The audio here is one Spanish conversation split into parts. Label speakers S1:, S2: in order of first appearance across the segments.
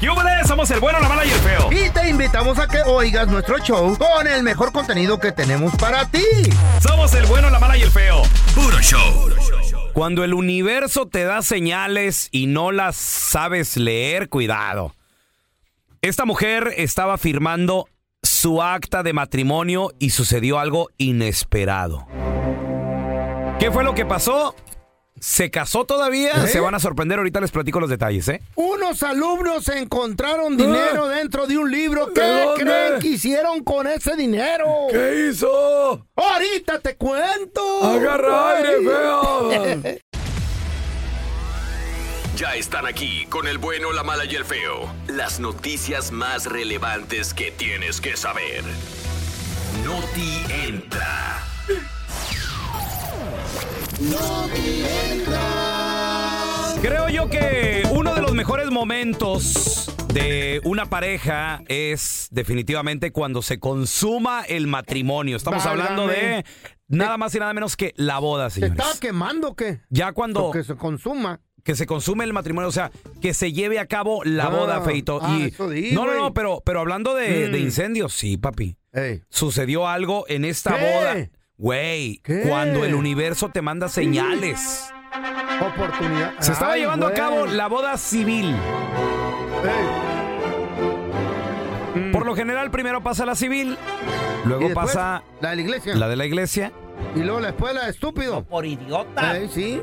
S1: ¡Yúbales! Somos el bueno, la mala y el feo.
S2: Y te invitamos a que oigas nuestro show con el mejor contenido que tenemos para ti.
S1: Somos el bueno, la mala y el feo.
S3: Puro show.
S1: Cuando el universo te da señales y no las sabes leer, cuidado. Esta mujer estaba firmando su acta de matrimonio y sucedió algo inesperado. ¿Qué fue lo que pasó? ¿Se casó todavía?
S2: ¿Eh?
S1: Se van a sorprender, ahorita les platico los detalles, ¿eh?
S2: Unos alumnos encontraron dinero dentro de un libro. ¿Qué
S1: Ah. dónde?
S2: creen que hicieron con ese dinero?
S1: ¿Qué hizo?
S2: Ahorita te cuento. Ay.
S1: feo!
S4: Ya están aquí con el bueno, la mala y el feo. Las noticias más relevantes que tienes que saber. Noti entra.
S1: Creo yo que uno de los mejores momentos de una pareja es definitivamente cuando se consuma el matrimonio. Estamos
S2: Válgame.
S1: hablando de nada más y nada menos que la boda,
S2: ¿Te estaba
S1: señores.
S2: quemando o qué?
S1: Ya cuando
S2: Que se consuma.
S1: que se consume el matrimonio, o sea, que se lleve a cabo la
S2: Ah,
S1: boda, Feito.
S2: ah,
S1: Y-
S2: eso di,
S1: no, no,
S2: güey.
S1: no, pero, pero hablando de, de
S2: Mm.
S1: incendios, sí, papi.
S2: Ey.
S1: Sucedió algo en esta
S2: ¿Qué?
S1: boda. Güey,
S2: ¿Qué?
S1: cuando el universo te manda señales.
S2: Oportunidad.
S1: Se estaba
S2: Ay,
S1: llevando a
S2: güey.
S1: cabo la boda civil.
S2: Ey.
S1: Por lo general, primero pasa la civil, luego
S2: Y después,
S1: pasa
S2: La de la iglesia.
S1: la de la iglesia.
S2: Y luego la escuela de estúpido.
S1: Por idiota.
S2: Ey, sí.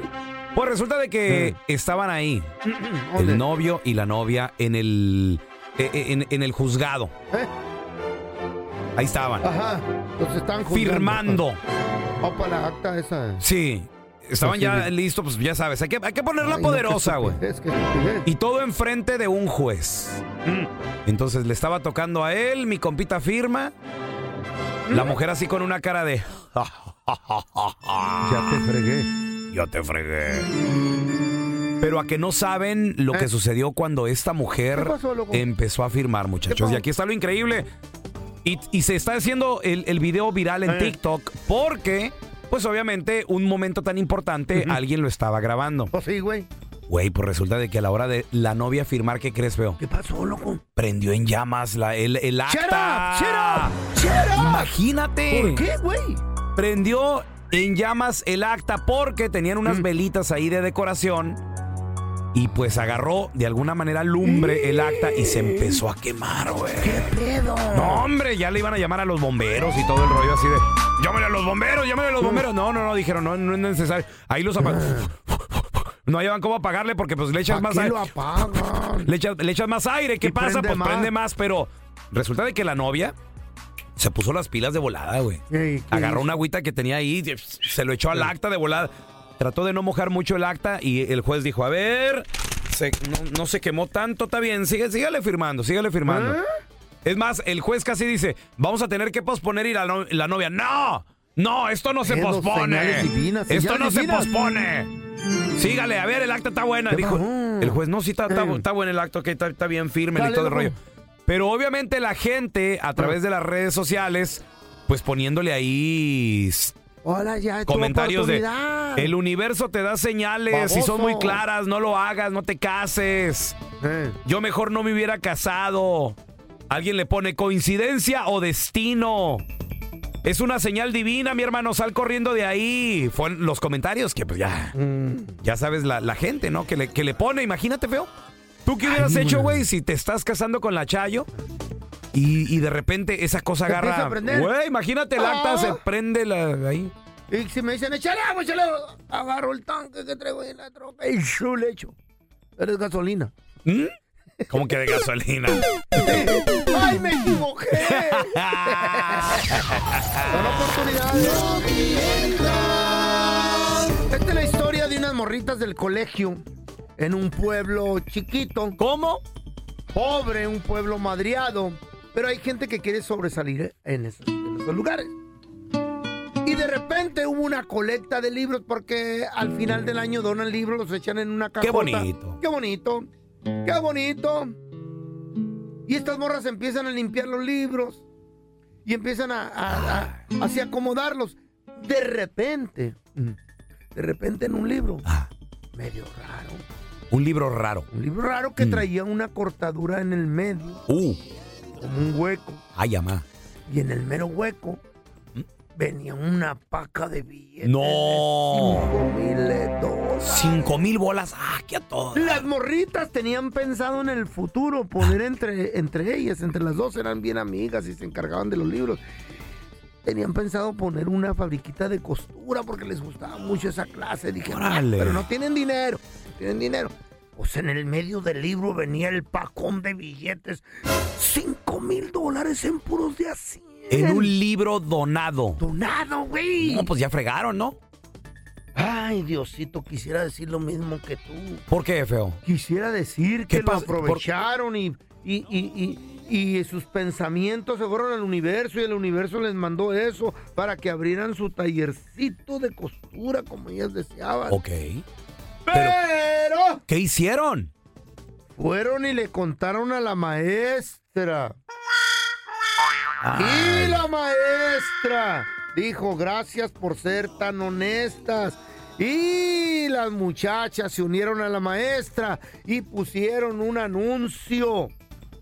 S1: Pues resulta de que estaban ahí
S2: ¿Dónde?
S1: el novio y la novia en el e- e- en, en el juzgado.
S2: ¿Eh?
S1: Ahí estaban
S2: Ajá. Los están juzgando.
S1: firmando.
S2: O para la acta esa.
S1: Sí, estaban ya listos, pues ya sabes, hay que, hay que ponerla
S2: Ay, no,
S1: poderosa,
S2: qué
S1: güey.
S2: estupidez, qué estupidez.
S1: Y todo enfrente de un juez.
S2: Mm.
S1: Entonces le estaba tocando a él, mi compita firma.
S2: Mm.
S1: La mujer así con una cara de
S2: Ya te fregué.
S1: yo te fregué. Pero a que no saben lo que
S2: Eh.
S1: sucedió cuando esta mujer
S2: ¿Qué pasó, loco?
S1: empezó a firmar,
S2: ¿Qué
S1: muchachos.
S2: pasó?
S1: Y aquí está lo increíble. Y, y se está haciendo el, el video viral en
S2: Eh.
S1: TikTok porque, pues obviamente, un momento tan importante, alguien lo estaba grabando.
S2: Pues sí, güey.
S1: Güey, pues resulta de que a la hora de la novia firmar, ¿qué crees, feo?
S2: ¿Qué pasó, loco?
S1: Prendió en llamas la, el, el
S2: ¡Shut
S1: acta.
S2: up! ¡Shut up! ¡Shut up!
S1: Imagínate.
S2: ¿Por qué, güey?
S1: Prendió en llamas el acta porque tenían unas
S2: Mm.
S1: velitas ahí de decoración. Y pues agarró de alguna manera lumbre el acta y se empezó a quemar, güey. ¡Qué pedo! No, hombre, ya le iban a llamar a los bomberos y todo el rollo así de. ¡Llámale a los bomberos! ¡Llámale a los bomberos! No, no, no, dijeron, no, no es necesario. Ahí los apagó. No llevan cómo apagarle porque pues le echas
S2: ¿Para
S1: más
S2: qué
S1: aire.
S2: lo apagan?
S1: Le echas, le echas más aire, ¿qué
S2: Y
S1: pasa?
S2: prende
S1: pues
S2: más.
S1: prende más, pero resulta de que la novia se puso las pilas de volada, güey.
S2: Ey, ¿qué
S1: Agarró
S2: hizo?
S1: una agüita que tenía ahí, se lo echó al acta de volada. Trató de no mojar mucho el acta y el juez dijo, a ver, se- no, no se quemó tanto, está bien, sigue, sígale firmando, sígale firmando.
S2: ¿Eh?
S1: Es más, el juez casi dice, vamos a tener que posponer y la, no- la novia, no, no, esto no se
S2: Dedos,
S1: pospone.
S2: señales divinas,
S1: esto
S2: señales
S1: no se
S2: divinas.
S1: pospone. Sígale, a ver, el acta está buena.
S2: ¿Qué
S1: Dijo,
S2: bajón?
S1: El juez, no, sí, está, está- está bueno el acto, que está, está bien firme y
S2: Dale,
S1: todo el
S2: loco.
S1: rollo. Pero obviamente la gente, a través de las redes sociales, pues poniéndole ahí s-
S2: Hola, ya es tu
S1: comentarios de
S2: oportunidad.
S1: el universo te da señales y
S2: Baboso.
S1: son muy claras, no lo hagas, no te cases.
S2: Eh.
S1: Yo mejor no me hubiera casado. Alguien le pone coincidencia o destino. Es una señal divina, mi hermano, sal corriendo de ahí. Fueron los comentarios que pues ya,
S2: Mm.
S1: ya sabes la, la gente, ¿no? Que le, que le pone, imagínate, feo. ¿Tú qué hubieras hecho, güey, si te estás casando con la Chayo? Y, y de repente esa cosa
S2: Se empieza
S1: agarra.
S2: a prender.
S1: Güey, imagínate el acta,
S2: Ah.
S1: se prende la, ahí.
S2: Y si me dicen, échale agua, échale agua", agarro el tanque que traigo ahí en la troca y yo le echo. Eres gasolina.
S1: ¿Mm? Como que de gasolina.
S2: ¡Ay, me equivoqué! Son oportunidades. Esta es la historia de unas morritas del colegio en un pueblo chiquito,
S1: ¿Cómo?
S2: pobre, un pueblo madriado. Pero hay gente que quiere sobresalir ¿eh? en esos, en esos lugares. Y de repente hubo una colecta de libros porque al final del año donan libros, los echan en una cajota.
S1: Qué bonito.
S2: Qué bonito. Qué bonito. Y estas morras empiezan a limpiar los libros y empiezan a, a- a- así acomodarlos. De repente, mm, de repente en un libro,
S1: Ah,
S2: medio raro.
S1: un libro raro. Mm.
S2: Un libro raro que traía una cortadura en el medio,
S1: Uh,
S2: como un hueco.
S1: ay, amá.
S2: Y en el mero hueco
S1: Mm.
S2: venía una paca de billetes.
S1: No.
S2: de 5,000 dólares.
S1: Cinco mil bolas. Ah, que a todos.
S2: Las morritas tenían pensado en el futuro
S1: Ah.
S2: poder entre, entre ellas, entre las dos eran bien amigas y se encargaban de los libros. Tenían pensado poner una fabriquita de costura porque les gustaba mucho esa clase. Dije,
S1: Órale.
S2: "Ah, pero no tienen dinero, no tienen dinero. Pues en el medio del libro venía el pacón de billetes. Cinco mil dólares en puros de así.
S1: En un libro donado.
S2: Donado, güey.
S1: No, pues ya fregaron, ¿no?
S2: Ay, Diosito, quisiera decir lo mismo que tú.
S1: ¿Por qué, feo?
S2: quisiera decir
S1: ¿Qué
S2: que lo
S1: pasa? ¿Por-
S2: aprovecharon y, y, y, y- y sus pensamientos se fueron al universo y el universo les mandó eso para que abrieran su tallercito de costura como ellas deseaban.
S1: Ok.
S2: Pero
S1: ¿Qué hicieron?
S2: fueron y le contaron a la maestra. Y la maestra dijo, gracias por ser tan honestas. Y las muchachas se unieron a la maestra y pusieron un anuncio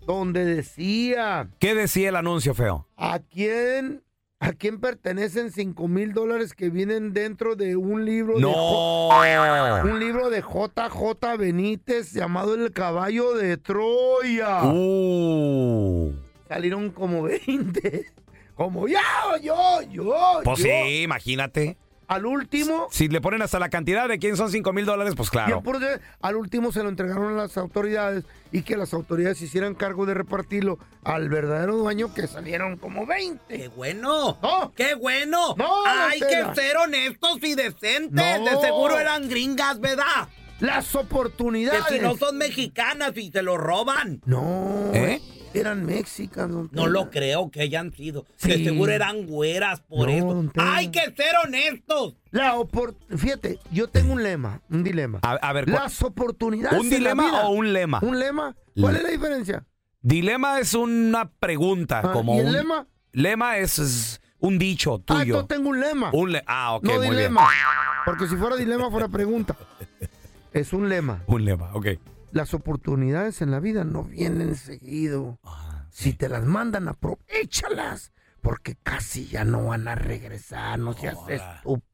S2: donde decía,
S1: ¿Qué decía el anuncio, feo?
S2: ¿a quién, a quién pertenecen 5 mil dólares que vienen dentro de un libro de... J-
S1: No.
S2: Un libro de JJ Benítez llamado El Caballo de
S5: Ah.
S2: Troya.
S1: Uh.
S2: Salieron como 20. Como yo, yo, yo.
S1: Pues
S2: yo.
S1: sí, imagínate.
S5: ¿Ah?
S2: Al último,
S1: Si le ponen hasta la cantidad de quién son cinco mil dólares, pues
S2: y el
S1: claro.
S2: puro de- al último se lo entregaron a las autoridades y que las autoridades se hicieran cargo de repartirlo al verdadero dueño que salieron como 20.
S5: bueno!
S2: No.
S5: ¡Qué bueno!
S2: No,
S5: ¡Hay
S2: don
S5: que
S2: Tela.
S5: ser honestos y decentes!
S2: No.
S5: De seguro eran gringas, ¿verdad?
S2: Las
S5: Que
S2: oportunidades.
S5: si no son mexicanas y se lo roban.
S2: No,
S1: ¿Eh?
S2: eran mexicanos.
S5: No lo creo que hayan sido.
S2: Sí.
S5: De seguro eran güeras por
S2: No, don
S5: eso.
S2: Tela.
S5: ¡Hay que ser honestos!
S2: La opor- Fíjate, yo tengo un lema, un dilema.
S1: A, a ver, ¿cuál-
S2: Las oportunidades.
S1: ¿un
S2: en la vida.
S1: dilema o un lema?
S2: ¿Un lema? ¿Cuál es la diferencia?
S1: Dilema es una pregunta,
S2: Ah,
S1: como
S2: ¿Y el
S1: un
S2: lema?
S1: lema es, es un dicho
S2: Ah, yo
S1: tuyo.
S2: tengo un lema.
S1: Un le- ah, ok,
S2: no
S1: muy
S2: dilema. Porque si fuera dilema, fuera pregunta. Es un lema.
S1: bien. Un lema, ok.
S2: Las oportunidades en la vida no vienen seguido.
S1: Ah.
S2: Si te las mandan, aprovechalas. Porque casi ya no van a regresar. No seas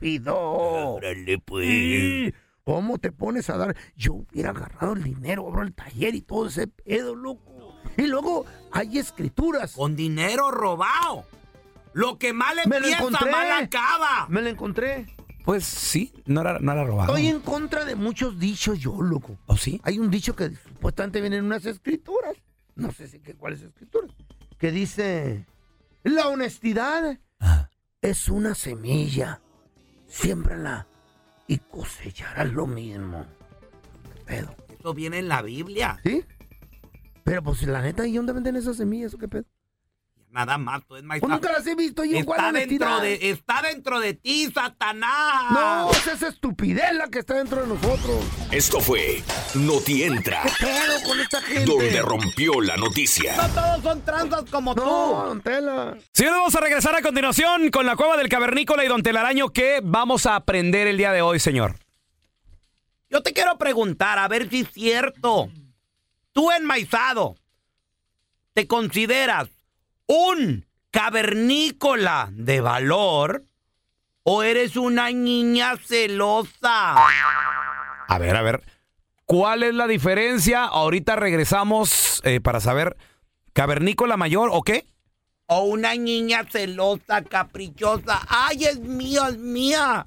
S2: estúpido. Sí. ¿Cómo te pones a dar? Yo hubiera agarrado el dinero, abro el taller y todo ese pedo, loco. Y luego hay escrituras.
S5: Con dinero robado. Lo que mal
S2: Me lo
S5: empieza,
S2: encontré.
S5: mal acaba.
S2: Me la encontré.
S1: Pues sí, no era, no era robado.
S2: Estoy en contra de muchos dichos yo, loco.
S1: ¿O ¿Oh, sí?
S2: Hay un dicho que supuestamente viene en unas escrituras, no sé si que, cuáles escrituras, que dice, la honestidad es una semilla, siémbrala y cosecharás lo mismo. ¿Qué pedo?
S5: Eso viene en la Biblia.
S2: ¿Sí? Pero pues la neta, ¿y dónde venden esas semillas o qué pedo?
S1: nada más. Tú es
S6: Pues nunca las he visto yo. ¿Cuál
S1: Está dentro,
S6: honestidad?
S1: de, está dentro de ti, Satanás.
S6: No,
S2: pues,
S6: es esa estupidez la que está dentro de nosotros.
S4: Esto fue Noti Entra,
S6: Pero con esta gente.
S4: donde rompió la noticia.
S1: No todos son tranzas como
S6: No, don Tela.
S7: Señores, vamos a regresar a continuación con la cueva del cavernícola y don Telaraño. ¿Qué vamos a aprender el día de hoy, señor?
S1: Yo te quiero preguntar, a ver si es cierto. Tú enmaizado, ¿te consideras un cavernícola de valor o eres una niña celosa?
S7: A ver, a ver. ¿Cuál es la diferencia? Ahorita regresamos eh, para saber. ¿Cavernícola mayor o qué?
S1: O una niña celosa, caprichosa. ¡Ay, es mía, es mía!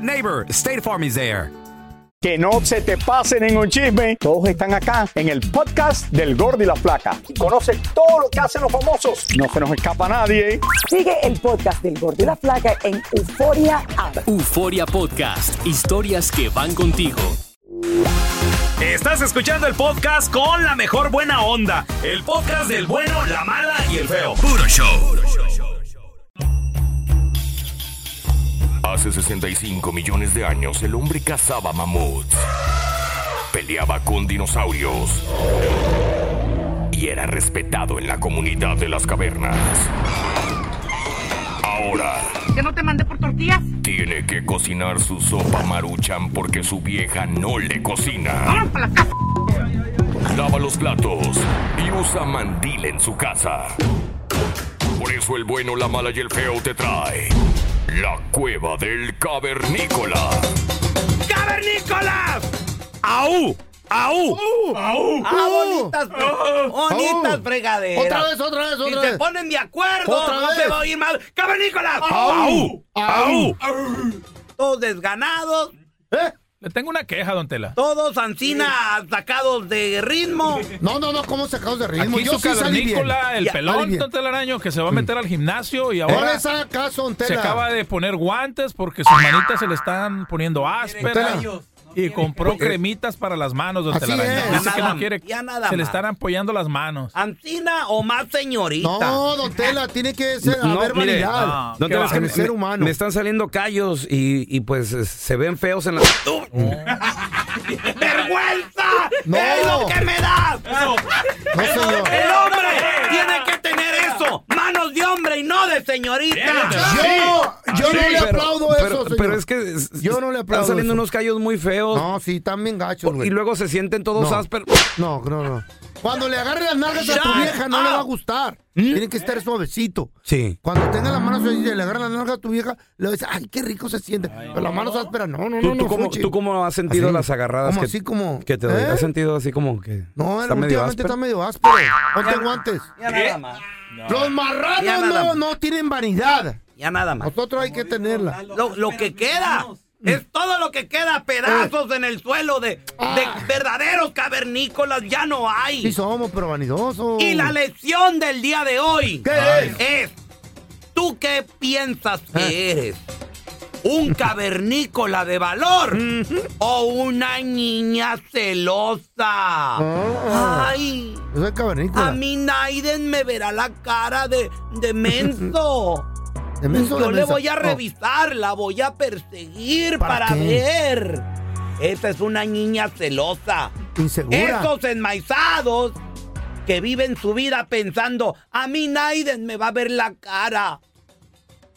S3: neighbor, State Farm is there.
S8: Que no se te pase ningún chisme. Todos están acá en el podcast del Gordi y la Flaca. Y conoce todo lo que hacen los famosos. No se nos escapa nadie.
S9: Sigue el podcast del Gordo y la Flaca en Euforia App.
S10: Euforia Podcast, historias que van contigo.
S3: Estás escuchando el podcast con la mejor buena onda. El podcast del bueno, la mala y el feo. Puro show.
S4: Hace 65 millones de años, el hombre cazaba mamuts, peleaba con dinosaurios y era respetado en la comunidad de las cavernas. Ahora.
S9: ¿Que no te mandé por tortillas?
S4: Tiene que cocinar su sopa maruchan porque su vieja no le cocina.
S9: para la casa!
S4: Lava los platos y usa mandil en su casa. Por eso el bueno, la mala y el feo te trae la cueva del cavernícola.
S1: ¡Cavernícolas!
S7: ¡Au! ¡Au!
S1: ¡Ah, bonitas, fre- bonitas
S6: Oh.
S1: fregaderas!
S6: Otra vez, otra vez,
S1: Si
S6: otra
S1: se
S6: vez.
S1: ponen de acuerdo,
S6: Otra
S1: no se
S6: vez.
S1: va a oír mal. ¡Cavernícolas!
S7: ¡Au! ¡Au!
S1: Todos desganados,
S6: ¿Eh?
S11: Le tengo una queja, don Tela.
S1: todos ancina sacados de ritmo.
S6: No, no, no, ¿cómo sacados de ritmo?
S11: Aquí
S6: Yo
S11: su
S6: sí salí bien.
S11: cavernícola, el
S6: Ya, salí
S11: pelón,
S6: bien. Mm.
S11: don Telaraño, que se va a meter al gimnasio y
S6: Ahora
S11: ahora
S6: es acaso, don
S11: se
S6: Tela.
S11: acaba de poner guantes porque sus manitas se le están poniendo ásperas.
S6: Don
S11: Y compró cremitas para las manos, don
S6: Así
S11: Telaraño.
S6: es.
S11: Dice que
S1: Ya
S11: no
S1: nada-
S11: quiere.
S1: ya nada
S11: Se le
S1: más. Ah,
S11: están apoyando las manos.
S1: ¿Ancina o más señorita?
S6: No, don Tela, tiene que ser,
S7: No,
S6: haber
S7: mire,
S6: vanidad.
S11: no.
S7: Don
S11: Qué
S7: Tela, es que
S6: bajo.
S7: me,
S6: El ser humano.
S7: me están saliendo callos y, y, pues es- se ven feos en la...
S1: ¡Vergüenza!
S6: No.
S1: ¡Es lo que me das!
S6: No, señor.
S1: ¡El hombre tiene que tener eso! ¡Manos de hombre y no de
S2: Ah,
S1: señorita!
S6: Yo, yo no le
S7: Pero-
S6: aplaudo
S7: pero-
S6: eso, señor.
S7: Pero es que s-
S6: Yo no le aplaudo
S7: Están saliendo
S6: eso.
S7: unos callos muy feos
S6: No, sí, también gachos,
S7: y
S6: güey.
S7: luego se sienten todos
S6: No.
S7: ásperos.
S6: No, no, no. Cuando le agarre las nalgas a tu
S1: Shut
S6: vieja, no le
S7: Ah.
S6: va a
S1: up.
S6: gustar. Tiene Mm. que estar suavecito.
S7: Sí.
S6: Cuando tenga las manos así y le agarra las nalgas a tu vieja, le va a decir, ay, qué rico se siente. Pero las manos ásperas, no, no,
S7: ¿Tú,
S6: no.
S7: tú
S6: no,
S7: cómo,
S6: fuchi.
S7: tú cómo has sentido
S6: Así.
S7: las agarradas
S6: Como
S7: que,
S6: así como,
S7: que te doy?
S6: ¿eh?
S7: ¿Has sentido así como que
S6: No,
S7: está medio
S6: últimamente
S7: áspero?
S6: está medio áspero. Ponte guantes.
S1: Ya nada más.
S6: Los
S1: Ya
S6: marranos
S1: nada
S6: no,
S1: más.
S6: no tienen vanidad.
S1: Ya nada más.
S6: Nosotros hay que tenerla.
S1: Lo, lo que queda.
S6: Mm.
S1: Es todo lo que queda, pedazos
S6: Eh.
S1: en el suelo de, de
S6: Ah.
S1: verdaderos cavernícolas, ya no
S6: Sí
S1: hay.
S6: somos, pero vanidosos.
S1: Y la lección del día de hoy
S6: ¿Qué es? Ah.
S1: es ¿Tú qué piensas que eres? ¿Un cavernícola de valor? ¿O una niña celosa?
S6: Ah.
S1: ¡Ay!
S6: Eso es cavernícola.
S1: A mí Naiden me verá la cara de, de menso.
S6: ¿De menso o de
S1: Yo le
S6: mensa?
S1: voy a
S6: No.
S1: revisar, la voy a perseguir para,
S6: ¿Para qué?
S1: ver. Esta es una niña celosa.
S6: Insegura.
S1: Esos enmaizados que viven su vida pensando, a mí Naiden me va a ver la cara.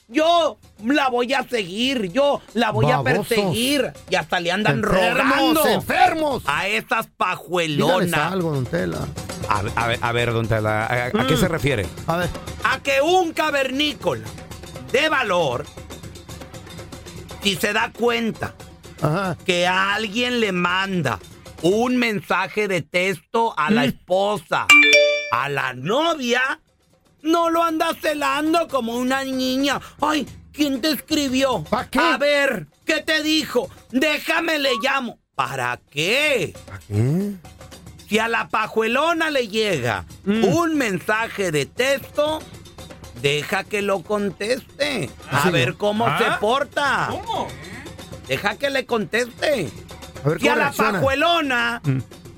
S1: Yo la voy a seguir, yo la voy a
S6: Babosos.
S1: perseguir. Y hasta le andan
S6: Enfermos,
S1: rogando.
S6: enfermos.
S1: A estas
S6: Dígales
S1: pajuelonas.
S6: algo, don Tela.
S7: A, ver- a ver, a ver, don Tela, ¿a, a- a qué se refiere?
S6: A ver.
S1: a que Mm. un cavernícola de valor, si se da cuenta que alguien le manda un mensaje de texto a
S6: Mm.
S1: la esposa, a la novia, no lo anda celando como una niña. Ay, ¿quién te escribió? A ver, ¿qué te dijo? Déjame le llamo. ¿Para qué? Si a la pajuelona le llega
S6: Mm.
S1: un mensaje de texto, deja que lo conteste. A
S6: Sí.
S1: ver cómo
S6: Ah.
S1: se porta. Deja que le conteste.
S6: A ver
S1: si a
S6: cómo
S1: la
S6: reacciona. Mm.
S1: pajuelona,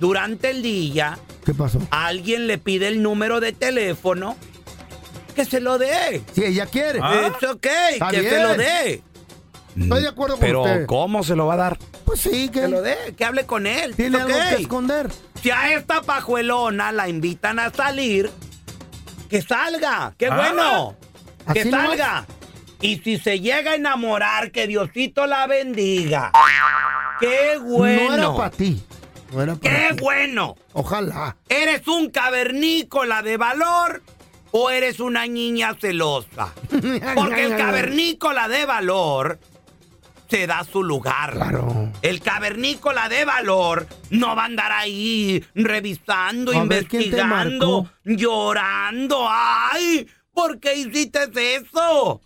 S1: durante el día,
S6: ¿Qué pasó?
S1: alguien le pide el número de teléfono, que se lo dé.
S6: Si ella quiere.
S1: Ah. It's okay,
S6: Está
S1: que se
S6: bien.
S1: lo dé.
S6: Estoy de acuerdo con
S7: Pero,
S6: usted.
S7: ¿cómo se lo va a dar?
S6: Pues sí, que.
S1: Que lo dé, que hable con él.
S6: Tiene
S1: It's
S6: algo que
S1: okay.
S6: esconder.
S1: Si a esta pajuelona la invitan a salir, que salga, qué
S6: Ah.
S1: bueno, que
S6: Así nomás.
S1: salga. Y si se llega a enamorar, que Diosito la bendiga. Qué bueno.
S6: No era para ti. No era para
S1: Qué
S6: ti.
S1: bueno.
S6: Ojalá.
S1: ¿Eres un cavernícola de valor o eres una niña celosa? Porque el cavernícola de valor se da su lugar. El cavernícola de valor no va a andar ahí revisando,
S6: A ver, ¿quién te
S1: investigando, llorando. ¡Ay! ¿Por qué hiciste eso?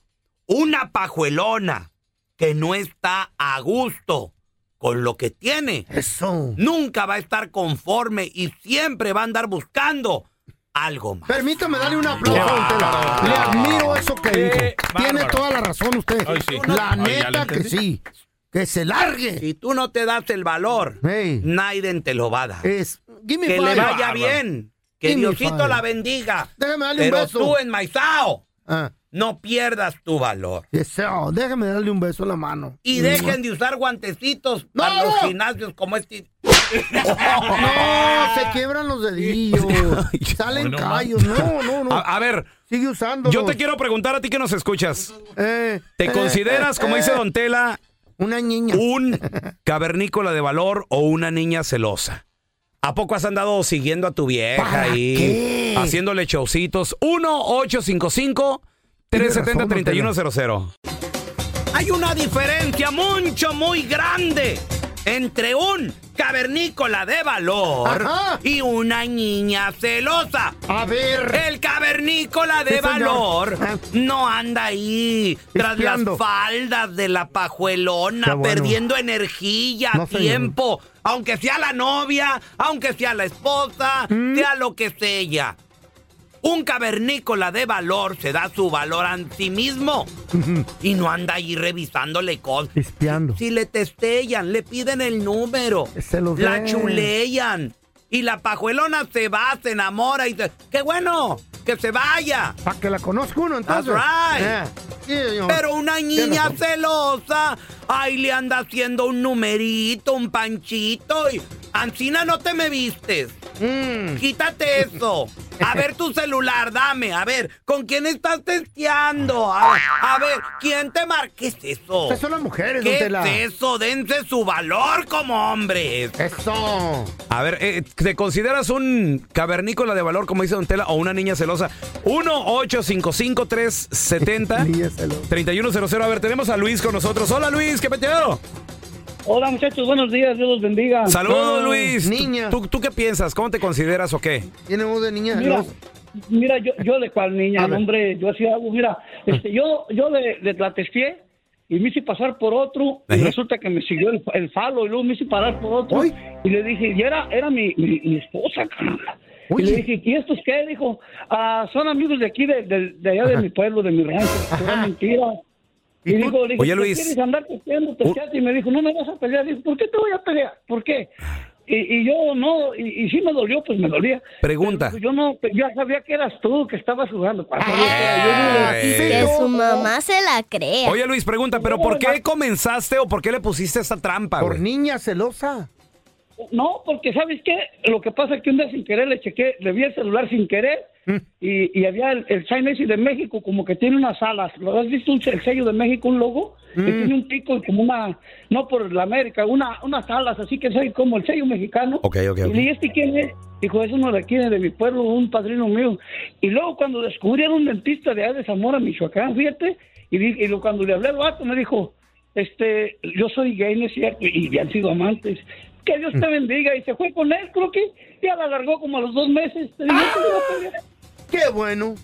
S1: Una pajuelona que no está a gusto con lo que tiene.
S6: Eso.
S1: Nunca va a estar conforme y siempre va a andar buscando algo más.
S6: Permítame darle un aplauso a usted. Le admiro eso que
S1: Qué
S6: dijo. Tiene
S1: bárbaro.
S6: toda la razón usted.
S1: Ay, sí.
S6: La
S1: Ay, ya
S6: neta
S1: lo
S6: que
S1: entendí.
S6: sí. Que se largue.
S1: Si tú no te das el valor, Naiden te lo va a dar.
S6: Es, give me
S1: que
S6: five.
S1: le vaya
S6: Bárbaro.
S1: bien. Que
S6: Give me
S1: Diosito
S6: five.
S1: la bendiga.
S6: Déjame darle un
S1: Pero
S6: beso.
S1: tú enmaizao,
S6: Ah,
S1: no pierdas tu valor.
S6: deseo. Déjame darle un beso a la mano.
S1: Y dejen de usar guantecitos para los gimnasios como este.
S6: No, se quiebran los dedillos. Salen
S7: no,
S6: callos. No, no, no.
S7: A, a ver,
S6: Sigue usando.
S7: yo te quiero preguntar a ti que nos escuchas.
S6: Eh,
S7: ¿Te
S6: eh,
S7: consideras, como
S6: eh,
S7: dice Don Tela,
S6: una niña?
S7: un cavernícola de valor o una niña celosa? ¿A poco has andado siguiendo a tu vieja y haciéndole showcitos? 1-855-370-3100.
S1: Hay una diferencia mucho, muy grande entre un cavernícola de valor y una niña celosa.
S6: A ver.
S1: El cavernícola de
S6: Sí, señor.
S1: valor no anda ahí tras
S6: Espiando.
S1: las faldas de la
S6: Qué
S1: pajuelona,
S6: bueno.
S1: perdiendo energía,
S6: No, señor.
S1: tiempo, aunque sea la novia, aunque sea la esposa,
S6: Mm.
S1: sea lo que sea ella. Un cavernícola de valor se da su valor a sí mismo y no anda ahí revisándole cosas.
S6: Espiando.
S1: Si le testean, le piden el número,
S6: Se los
S1: la
S6: den.
S1: chulean y la pajuelona se va, se enamora y dice, ¡qué bueno! ¡Que se vaya!
S6: Para que la conozca uno,
S1: That's
S6: entonces.
S1: right.
S6: Eh, sí, señor.
S1: Pero una niña
S6: razón.
S1: celosa, ahí le anda haciendo un numerito, un panchito y... Ancina, no te me vistes.
S6: Mm.
S1: Quítate eso. A ver tu celular, dame. A ver, ¿con quién estás testeando? A ver, a ver, ¿quién te marca? ¿Qué es eso?
S6: Esas son las mujeres,
S1: ¿Qué
S6: don Tela.
S1: es eso? Dense su valor como hombres.
S6: Eso.
S7: A ver, eh, ¿te consideras un cavernícola de valor, como dice Don Tela, o una niña celosa? 1-855-370-3100. A ver, tenemos a Luis con nosotros. Hola, Luis, ¿qué peteado?
S12: Hola muchachos, buenos días, Dios los bendiga.
S7: Saludos,
S12: No,
S7: Luis. ¿Tú-
S12: niña.
S7: ¿Tú, tú qué piensas? ¿Cómo te consideras o qué?
S6: Tiene voz de niña.
S12: Mira,
S6: ¿no?
S12: mira yo, yo de cual niña,
S6: ver.
S12: hombre, yo hacía algo, mira, este, yo, yo le, le la testeé y me hice pasar por otro y resulta que me siguió el, el falo y luego me hice parar por otro y le dije, y era, era mi, mi, mi esposa, caramba. Y le dije, ¿y estos qué? Dijo, "Ah, son amigos de aquí, de, de- de allá de mi pueblo, de mi rancho. Era mentira. Y digo, le
S13: Oye,
S12: dije, "¿Por qué
S13: Luis.
S12: quieres andar peleando, peleando?" Y me dijo, no me vas a pelear. Dijo, ¿por qué te voy a pelear? ¿Por qué? Y, y yo no, y, y sí me dolió, pues me dolía.
S13: Pregunta.
S12: Pero Yo no, yo sabía que eras tú que estabas jugando. para
S14: Que su mamá se la crea.
S13: Oye Luis, pregunta, ¿pero por qué comenzaste o por qué le pusiste esa trampa? Por
S2: niña celosa.
S12: No, porque ¿sabes qué? Lo que pasa es que un día sin querer le chequé, le vi el celular sin querer y, y había el, el sign ese de México, como que tiene unas alas. ¿Lo has visto? Un, el sello de México, un logo, que tiene un pico y como una, no por la América, una, unas alas, así que soy como el sello mexicano.
S13: Ok, ok,
S12: Y
S13: ok.
S12: le dije, ¿este quién es? Dijo, es uno de aquí, de mi pueblo, un padrino mío. Y luego cuando descubrí era un dentista de allá de Zamora, Michoacán, fíjate, y, di- y lo- cuando le hablé al vato me dijo, este, yo soy gay, ¿no es cierto? Y habían sido amantes. Que Dios
S13: Mm.
S12: te bendiga. Y se fue con él, creo que ya la alargó como a los dos meses.
S6: Eh.
S12: Te digo,
S1: Ah.
S12: "Este no va a pelear".
S2: Qué bueno.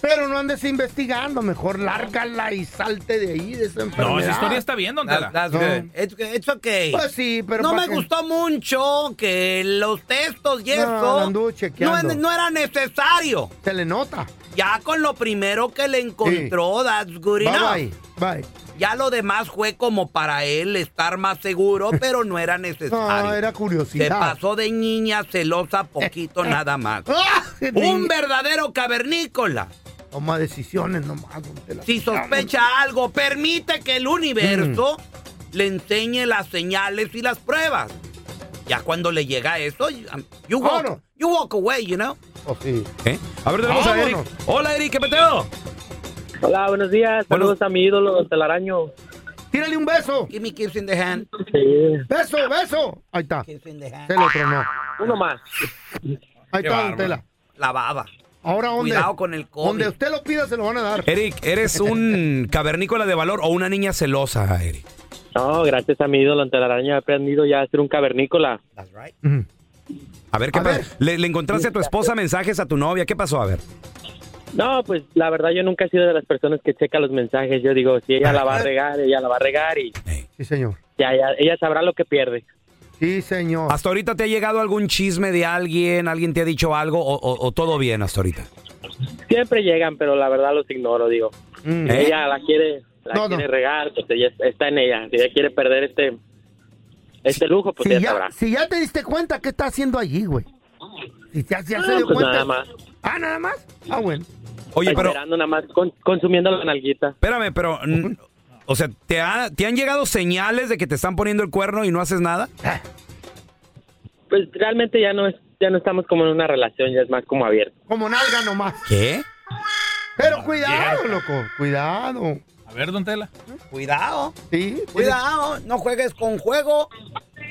S2: Pero no andes investigando, mejor lárgala y salte de ahí, de esa enfermedad.
S11: No, esa historia está bien, don Tela.
S2: That- that's good.
S1: It's, it's okay.
S2: Pues sí, pero
S1: No
S2: ¿pa'
S1: me
S2: qué?
S1: gustó mucho que los textos y
S2: No,
S1: eso
S2: lo anduvo chequeando.
S1: no- no era necesario.
S2: Se le nota.
S1: Ya con lo primero que le encontró, that's good
S2: Bye,
S1: enough.
S2: bye, bye.
S1: Ya lo demás fue como para él estar más seguro, pero no era necesario.
S2: No, era curiosidad.
S1: Se pasó de niña celosa poquito nada más.
S2: Ah,
S1: Un verdadero cavernícola.
S2: Toma decisiones nomás. don Tela.
S1: Si sospecha algo, permite que el universo
S13: Mm.
S1: le enseñe las señales y las pruebas. Ya cuando le llega eso, um, you walk, you walk away, you know.
S2: Oh, sí.
S13: ¿Eh? A ver, tenemos a Eric. Hola, Eric, ¿qué peteo?
S15: Hola, buenos días. Saludos a mi ídolo, Don Telaraño.
S2: Tírale un beso.
S1: Give me kiss in the hand.
S2: Beso, beso. Ahí está. Se lo tronó.
S15: Uno más.
S2: Ahí
S1: Qué
S2: está, don
S1: bárbaro.
S2: Tela.
S1: La baba.
S2: Ahora, ¿dónde?
S1: Cuidado con el COVID.
S2: Donde usted lo pida, se lo van a dar.
S13: Eric, ¿eres un cavernícola de valor o una niña celosa, Eric?
S15: No, gracias a mi ídolo, Don Telaraño, he aprendido ya a ser un cavernícola.
S13: A ver, ¿qué pa- Le, le encontraste a tu esposa mensajes a tu novia? ¿Qué pasó? A ver.
S15: No, pues la verdad yo nunca he sido de las personas que checa los mensajes. Yo digo, si ella la va a regar, ella la va a regar y
S2: Sí, señor.
S15: ya, ya, ella sabrá lo que pierde.
S2: Sí, señor.
S13: ¿Hasta ahorita te ha llegado algún chisme de alguien? ¿Alguien te ha dicho algo? ¿O, o- o todo bien hasta ahorita?
S15: Siempre llegan, pero la verdad los ignoro, digo.
S13: ¿Eh?
S15: Ella la quiere, la
S13: No, no.
S15: quiere regar, pues ella está en ella. Si ella quiere perder este, este lujo, pues
S2: Si
S15: ella
S2: ya,
S15: sabrá.
S2: si ya te diste cuenta, ¿qué está haciendo allí, güey? Si ya, ya se
S15: Ah,
S2: dio
S15: pues
S2: cuenta.
S15: nada más.
S2: Ah, nada más. Ah, bueno.
S13: Oye,
S15: Está
S13: pero-
S15: Esperando nada más, con- consumiendo la nalguita.
S13: Espérame, pero... mm, O sea, ¿te, ha- ¿te han llegado señales de que te están poniendo el cuerno y no haces nada?
S15: Pues realmente ya no es, ya no estamos como en una relación, ya es más como abierto.
S2: Como nalga nomás.
S13: ¿Qué?
S2: Pero cuidado, loco. Cuidado.
S11: A ver, don Tela.
S1: Cuidado.
S2: Sí.
S1: Cuidado, no juegues con juego.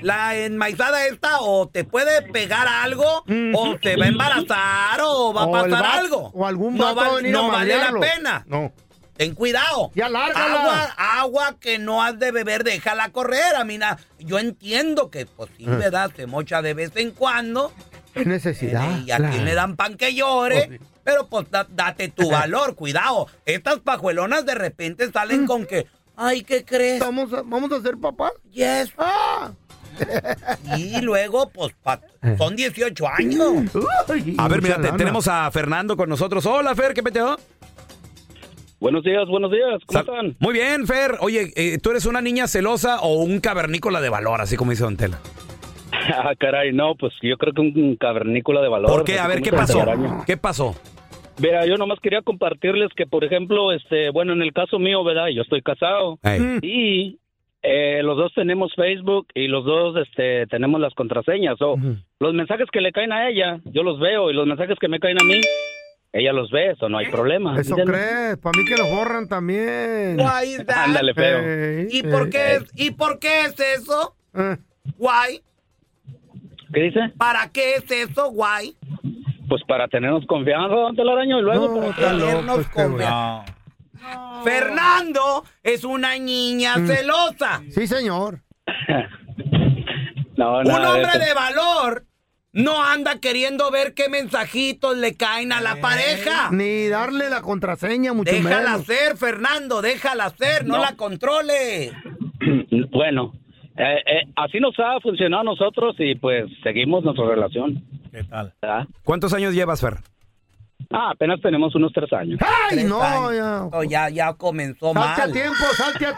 S1: La enmaizada esta o te puede pegar algo o te va a embarazar o va a
S2: O el
S1: pasar
S2: vato-
S1: algo.
S2: O algún
S1: No
S2: vato
S1: val-
S2: va a venir
S1: no
S2: a
S1: vale la
S2: madrearlo.
S1: pena.
S2: No.
S1: Ten cuidado.
S2: Ya lárgala.
S1: Agua, agua que no has de beber, déjala correr. A mí na- yo entiendo que pues sí,
S2: Ah.
S1: ¿verdad? Se mocha de vez en cuando
S2: Es necesidad.
S1: y a quien le dan pan que llore. Pero pues da- date tu valor, cuidado. Estas pajuelonas de repente salen con que, ay, ¿qué crees?
S2: Vamos a, vamos a ser papá.
S1: Yes. Y luego, pues, pa- son 18 años.
S13: A ver, mira,
S1: mírate,
S13: te- tenemos a Fernando con nosotros. Hola, Fer, ¿qué peteo?
S16: Buenos días, buenos días.
S13: ¿Cómo están? Muy bien, Fer. Oye, eh, ¿tú eres una niña celosa o un cavernícola de valor, así como dice Don Tela?
S16: Ah, caray, no, pues yo creo que un cavernícola de valor.
S13: ¿Por qué? A
S16: así
S13: ver,
S16: como
S13: ¿qué
S16: se
S13: pasó?
S16: araña.
S13: ¿Qué pasó?
S16: Mira, yo nomás quería compartirles que, por ejemplo, este, bueno, en el caso mío, ¿verdad? Yo estoy casado y eh, los dos tenemos Facebook y los dos este, tenemos las contraseñas. O los mensajes que le caen a ella, yo los veo y los mensajes que me caen a mí, ella los ve, eso no hay problema.
S2: Eso
S16: ¿entiendes?
S2: crees. Para mí que los borran también.
S1: Why is that?
S16: Ándale, feo.
S2: Ey,
S1: ¿Y por,
S2: ey.
S1: qué
S16: Eh.
S1: es, ¿Y por qué es eso?
S2: Eh.
S1: Why?
S16: ¿Qué dice?
S1: ¿Para qué es eso? Why?
S16: Pues para tenernos confianza, don Telaraño, y luego... para
S1: tenernos confianza.
S2: Oh.
S1: Fernando es una niña celosa.
S2: Mm. Sí, señor.
S16: No,
S1: Un
S16: nada de
S1: hombre
S16: eso.
S1: de valor no anda queriendo ver qué mensajitos le caen a la pareja.
S2: Ni darle la contraseña, mucho
S1: Déjala
S2: menos.
S1: ser, Fernando, déjala ser, no,
S16: No.
S1: la controle.
S16: Bueno, eh, eh, así nos ha funcionado a nosotros y pues seguimos nuestra relación.
S11: ¿Qué tal?
S7: ¿Cuántos años llevas, Fer?
S17: Ah, apenas tenemos unos tres años.
S6: ¡Ay, no!
S1: Ya. ya, ya comenzó
S6: ¡Salte a
S1: mal.
S6: tiempo! ¡Salte a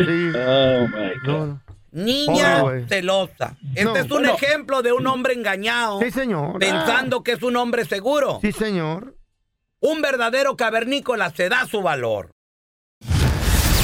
S6: tiempo!
S1: Niña
S6: Oh, güey.
S1: celosa. Este
S6: No,
S1: es un
S6: bueno.
S1: ejemplo de un hombre engañado.
S6: Sí, señor.
S1: Pensando que es un hombre seguro.
S6: Sí, señor.
S1: Un verdadero cavernícola se da su valor.